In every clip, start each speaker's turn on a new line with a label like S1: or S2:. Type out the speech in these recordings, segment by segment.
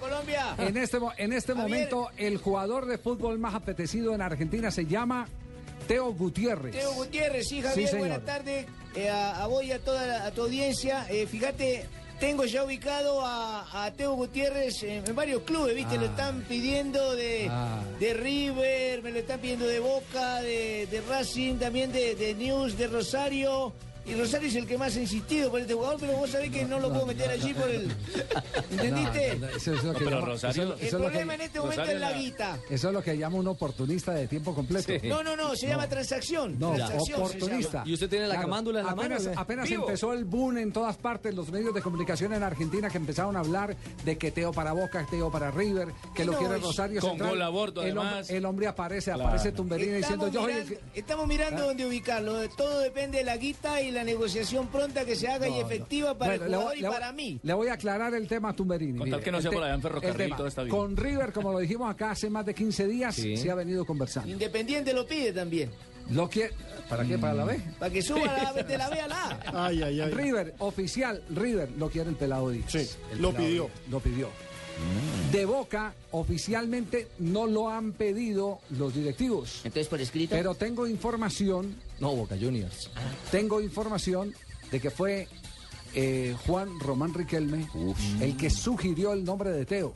S1: Colombia. Eh,
S2: En este, mo- en este momento, el jugador de fútbol más apetecido en Argentina se llama Teo Gutiérrez.
S1: Teo Gutiérrez, sí,
S2: Sí,
S1: Javier,
S2: señor.
S1: buenas tardes. Eh, a, a vos y a toda la- a tu audiencia. Eh, fíjate, tengo ya ubicado a, a Teo Gutiérrez en, en varios clubes, ¿viste? Lo están pidiendo de,
S2: Ah.
S1: de River, me lo están pidiendo de Boca, de, de Racing, también de, de News, de Rosario. Y Rosario es el que más ha insistido por este jugador, pero vos sabés que no, lo puedo meter allí por el. ¿Entendiste?
S2: No, no, eso es lo que
S3: pero
S2: llama-
S3: Rosario-
S1: el
S2: eso- eso es lo que-
S1: problema en este momento
S3: Rosario
S1: es la
S3: la-
S1: guita.
S2: eso es lo que llama un oportunista de tiempo completo.
S1: No, no, no, se llama transacción.
S2: No,
S1: transacción se
S2: oportunista.
S1: llama.
S4: ¿Y usted tiene la camándula en la
S2: apenas,
S4: mano, o qué?
S2: Apenas
S3: Vivo.
S2: empezó el boom en todas partes, los medios de comunicación en Argentina que empezaron a hablar de que Teo para Boca, Teo para River, que lo
S1: No,
S2: quiere
S1: es-
S2: Rosario
S3: Con
S2: Central.
S3: gol a bordo,
S2: el, hom-
S3: además.
S2: el hombre aparece, aparece Tumberina diciendo, yo soy el
S1: mirando,
S2: que- Ah.
S1: estamos mirando dónde ubicarlo. Todo depende de la guita y la negociación pronta que se haga y efectiva para
S2: Bueno,
S1: el
S2: le voy-
S1: jugador y
S2: le voy-
S1: para mí.
S2: Le voy a aclarar el tema a Tumberini.
S3: Con tal que no
S2: el
S3: sea
S2: te-
S3: por allá en Ferrocarril,
S2: el tema.
S3: todo está bien.
S2: Con River, como lo dijimos acá hace más de 15 días,
S4: Sí.
S2: se ha venido conversando.
S1: Independiente lo pide también.
S2: Lo que, ¿Para qué? ¿Para la B?
S1: Para que suba la, de la B a la A.
S2: Ah,
S5: Ay, ay, ay.
S2: River, oficial, River, lo quiere el pelado Díaz.
S5: Sí,
S2: El
S5: lo
S2: pelado
S5: pidió.
S2: Díaz, Lo pidió.
S6: Mm.
S2: De Boca, oficialmente no lo han pedido los directivos.
S6: Entonces, por escrito.
S2: Pero tengo información, Ah.
S4: No, Boca Juniors.
S2: tengo información de que fue eh, Juan Román Riquelme el que sugirió el nombre de Teo.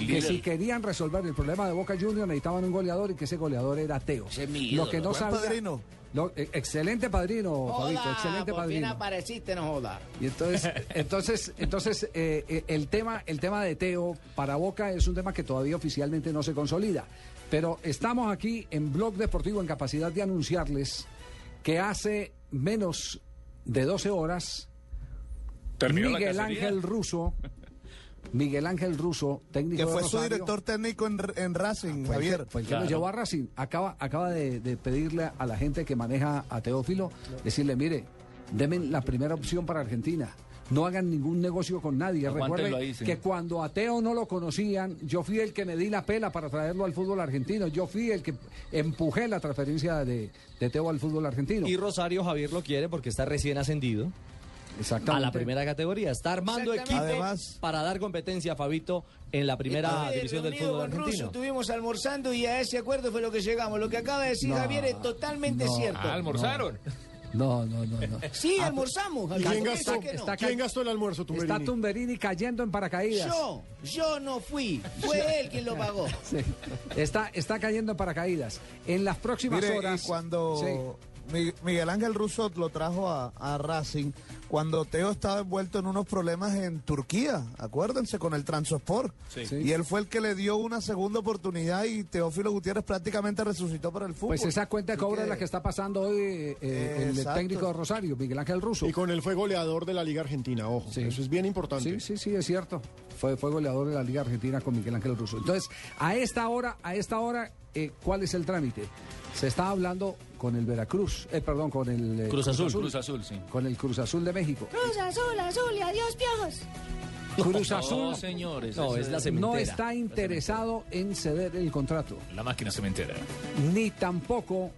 S2: que
S3: líder.
S2: si querían resolver el problema de Boca Juniors necesitaban un goleador y que ese goleador era Teo.
S6: Ese es mi
S2: lo
S6: ídolo.
S2: que no
S5: Buen
S2: sabía-
S5: padrino.
S2: lo- eh, excelente padrino, Fabito,
S1: Joda,
S2: excelente
S1: por fin
S2: padrino.
S1: apareciste, no joda.
S2: Y entonces, entonces, entonces eh, eh, el, tema, el tema de Teo para Boca es un tema que todavía oficialmente no se consolida. Pero estamos aquí en Blog Deportivo en capacidad de anunciarles que hace menos de 12 horas
S3: Terminó la
S2: Miguel
S3: cacería.
S2: Ángel Russo, Miguel Ángel Russo, técnico
S5: Que
S2: de
S5: fue su
S2: Rosario, Ah, pues
S5: director técnico en, en Racing,
S2: fue el que-
S5: Javier.
S2: fue el que lo llevó a Racing. Acaba, acaba de, de pedirle a la gente que maneja a Teófilo, decirle, mire, denme la primera opción para Argentina. No hagan ningún negocio con nadie.
S3: Aguántenlo
S2: Recuerden
S3: ahí, sí.
S2: que cuando a Teo no lo conocían, yo fui el que me di la pela para traerlo al fútbol argentino. Yo fui el que empujé la transferencia de, de Teo al fútbol argentino.
S4: Y Rosario Javier lo quiere porque está recién ascendido
S2: Exactamente.
S4: a la primera categoría. Está armando equipo
S1: Exactamente.
S5: Además-
S4: para dar competencia a Fabito en la primera
S1: Estuve
S4: división del
S1: reunido
S4: fútbol
S1: con Russo,
S4: argentino.
S1: estuvimos almorzando y a ese acuerdo fue lo que llegamos. Lo que acaba de decir
S2: No,
S1: Javier es totalmente
S2: no.
S1: cierto.
S3: Ah, almorzaron.
S2: No, no, no, no.
S1: Sí, almorzamos. Javier,
S2: ¿Quién
S1: ¿por qué
S2: gastó?
S1: dice que no?
S2: Está ca-
S5: ¿Quién gastó el almuerzo,
S2: Está
S5: Tumberini?
S2: Tumberini cayendo en paracaídas.
S1: Yo, yo no fui. Fue él quien lo pagó.
S2: Sí. Está, está cayendo en paracaídas. En las próximas
S5: Mire,
S2: horas.
S5: y cuando Mi- Miguel Ángel Russo lo trajo a, a Racing, cuando Teo estaba envuelto en unos problemas en Turquía, acuérdense, con el Transosport.
S3: Sí.
S2: Sí.
S5: Y él fue el que le dio una segunda oportunidad y Teófilo Gutiérrez prácticamente resucitó para el fútbol.
S2: Pues esa cuenta de
S5: Así
S2: cobro es la que está pasando hoy eh, eh, el
S5: Exacto.
S2: técnico de Rosario, Miguel Ángel Russo.
S5: Y con él fue goleador de la Liga Argentina, ojo.
S2: Sí.
S5: Eso es bien importante.
S2: Sí, sí, sí, es cierto. Fue, fue goleador de la Liga Argentina con Miguel Ángel Russo. Entonces, a esta hora, a esta hora, eh, ¿cuál es el trámite? Se está hablando con el Veracruz, eh, perdón, con el eh,
S4: Cruz Azul.
S3: Cruz Azul, sí.
S2: con el Cruz Azul de México.
S7: Cruz azul, azul y adiós piojos.
S2: Cruz
S3: No,
S2: Azul
S3: señores.
S4: No,
S3: ese-
S4: es la cementera.
S2: no está interesado en ceder el contrato.
S3: La máquina cementera.
S2: ni tampoco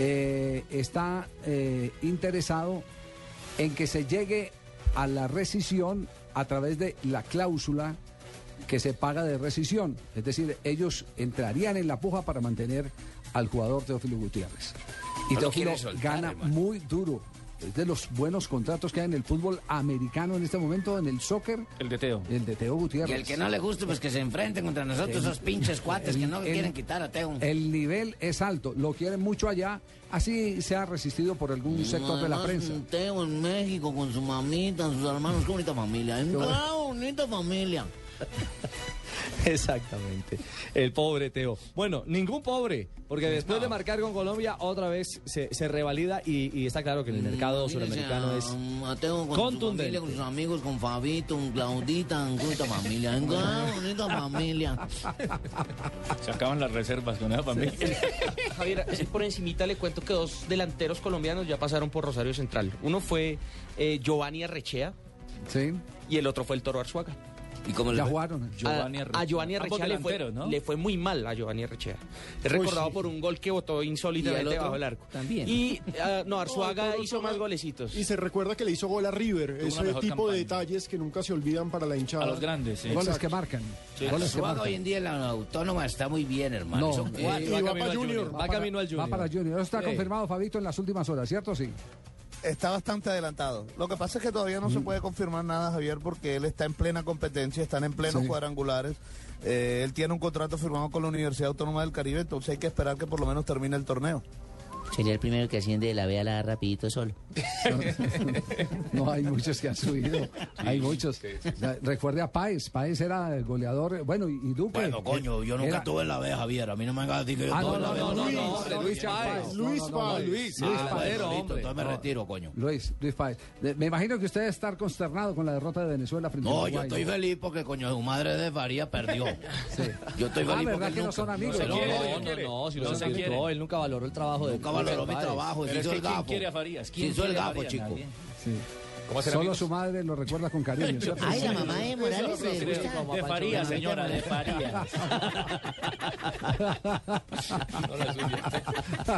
S2: eh, está eh, interesado en que se llegue a la rescisión a través de la cláusula que se paga de rescisión. Es decir, ellos entrarían en la puja para mantener al jugador Teófilo Gutiérrez. Y
S6: No lo
S2: Teófilo
S6: quiere soltar,
S2: gana
S6: hermano.
S2: muy duro. Es de los buenos contratos que hay en el fútbol americano en este momento, en el soccer,
S3: El de Teo.
S2: el de Teo Gutiérrez.
S6: Y el que no le guste, pues que se enfrenten contra nosotros, esos pinches cuates que no
S2: el-
S6: quieren quitar a Teo.
S2: El nivel es alto, lo quieren mucho allá, así se ha resistido por algún sector de la
S6: Además,
S2: prensa.
S6: Teo en México
S1: Ah,
S6: con su mamita, sus hermanos, qué bonita familia. ¿eh?
S2: bueno.
S6: Ah, bonita familia.
S4: Exactamente. El pobre Teo. Bueno, ningún pobre, porque después de marcar con Colombia, otra vez se, se revalida y, y está claro que en el mercado suramericano es.
S1: Mateo um, con
S4: contundente.
S1: su familia, con sus amigos, con Fabito, con Claudita, con bonita familia. En una bonita familia.
S8: Se acaban las reservas con esa familia.
S9: Javier, así por encimita le cuento que dos delanteros colombianos ya pasaron por Rosario Central. Uno fue eh, Giovanni Arrechea
S2: Sí,
S9: y el otro fue el Toro Arzuaga.
S1: ¿Y cómo
S2: ya jugaron.
S8: Giovanni
S9: a,
S8: Arrechea.
S9: a Giovanni
S8: Ambos
S9: Arrechea le fue,
S8: delanteros, ¿no?
S9: le fue muy mal a Giovanni Arrechea. Es recordado por un gol que votó
S1: ¿Y al
S9: insólitamente
S1: otro?
S9: bajo el arco.
S1: También.
S9: Y ah, no, Arzuaga hizo más golecitos.
S3: Y se recuerda que le hizo gol a River.
S8: Tuvo una
S3: Ese
S8: mejor
S3: tipo
S8: campaña.
S3: de detalles que nunca se olvidan para la hinchada.
S8: A los grandes, sí.
S2: Goles que marcan. Goles que
S1: Suaga
S2: marcan.
S1: hoy en día en la autónoma está muy bien, hermano.
S2: No,
S1: Son
S2: eh,
S1: cuatro.
S3: Y va
S4: camino
S3: para
S4: al Junior.
S3: Junior.
S4: Va camino al Junior.
S2: Va para Junior. Eso está
S4: Sí.
S2: confirmado, Fabito, en las últimas horas, ¿cierto? Sí.
S5: Está bastante adelantado. Lo que pasa es que todavía no se puede confirmar nada, Javier, porque él está en plena competencia, están en plenos
S2: Sí.
S5: cuadrangulares. Eh, él tiene un contrato firmado con la Universidad Autónoma del Caribe, entonces hay que esperar que por lo menos termine el torneo.
S1: Sería el primero que asciende de la B a la A rapidito solo.
S2: No, hay muchos que han subido. hay muchos. La- Recuerde a Páez. Páez era el goleador. eh, Bueno, y, y Duque.
S1: Bueno, coño, yo nunca
S2: Era-
S1: tuve la B, Javier. A mí no me hagas decir que yo
S2: Ah,
S1: tuve la
S2: no,
S1: B.
S2: no, no,
S4: Luis,
S2: no, hombre,
S4: no,
S2: Luis
S4: no,
S2: Páez.
S4: no,
S3: Luis
S2: No, no, no,
S3: Páez.
S4: Luis,
S1: Ah,
S4: Luis
S1: bueno,
S4: Padero,
S1: listo,
S4: hombre.
S1: entonces me retiro, coño.
S2: Luis, Luis Páez. De- Me imagino que usted debe estar consternado con la derrota de Venezuela frente a
S1: No, yo
S2: Uruguay.
S1: estoy feliz porque coño su madre de Faría perdió. Yo estoy
S2: Ah,
S1: feliz
S2: ¿verdad
S1: porque
S2: que no
S1: nunca-
S2: son amigos?
S1: se
S4: No,
S1: lo-
S8: quiere,
S1: no,
S8: se
S4: no,
S1: no,
S4: no,
S8: quiere.
S4: no, si
S8: No
S4: lo
S8: se
S4: desvirtuó,
S8: quiere.
S4: él nunca valoró el trabajo de
S1: Nunca valoró
S4: de
S1: mi
S4: Páez.
S1: trabajo,
S8: Pero
S1: si
S8: es
S1: soy
S8: que ¿quién
S1: gafo.
S8: quiere a Farías?
S1: Si soy
S8: quiere a
S1: gafo,
S8: Farías?
S1: chico.
S8: Nadie.
S2: Sí.
S8: ¿Cómo será,
S2: Solo
S8: amigos?
S2: su madre lo recuerda con cariño. ¿cierto?
S10: Ay, la mamá de
S4: Pues
S10: Morales le
S8: De-
S10: gusta.
S8: De Farías, señora, de Farías.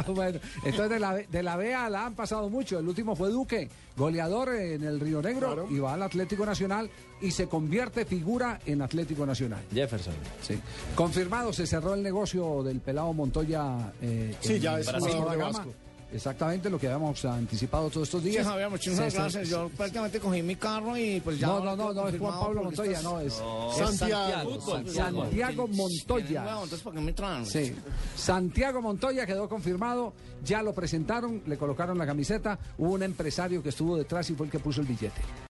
S2: bueno, entonces de la, B- de la B a la A han pasado mucho. El último fue Duque, goleador en el Río Negro, y va al Atlético Nacional y se convierte figura en Atlético Nacional.
S4: Jefferson.
S2: Sí. Confirmado, se cerró el negocio del pelado Montoya. eh,
S3: Sí,
S2: en
S3: ya es
S2: Brasil,
S3: jugador de
S2: Gama.
S3: Vasco.
S2: Exactamente lo que habíamos anticipado todos estos días.
S11: Javier, muchísimas
S2: Se- se-
S11: gracias. Yo prácticamente cogí mi carro y pues ya.
S2: No,
S11: ahora
S2: no, no,
S11: tengo
S2: no, es Juan
S11: confirmado
S2: Pablo
S11: porque pues,
S2: Montoya,
S11: esto
S2: no, es
S4: Santiago.
S1: Fútbol,
S4: Santiago.
S2: Santiago
S11: pues,
S2: Montoya.
S1: Entonces, ¿por qué me traen?
S2: Sí. Santiago Montoya quedó confirmado, ya lo presentaron, le colocaron la camiseta, hubo un empresario que estuvo detrás y fue el que puso el billete.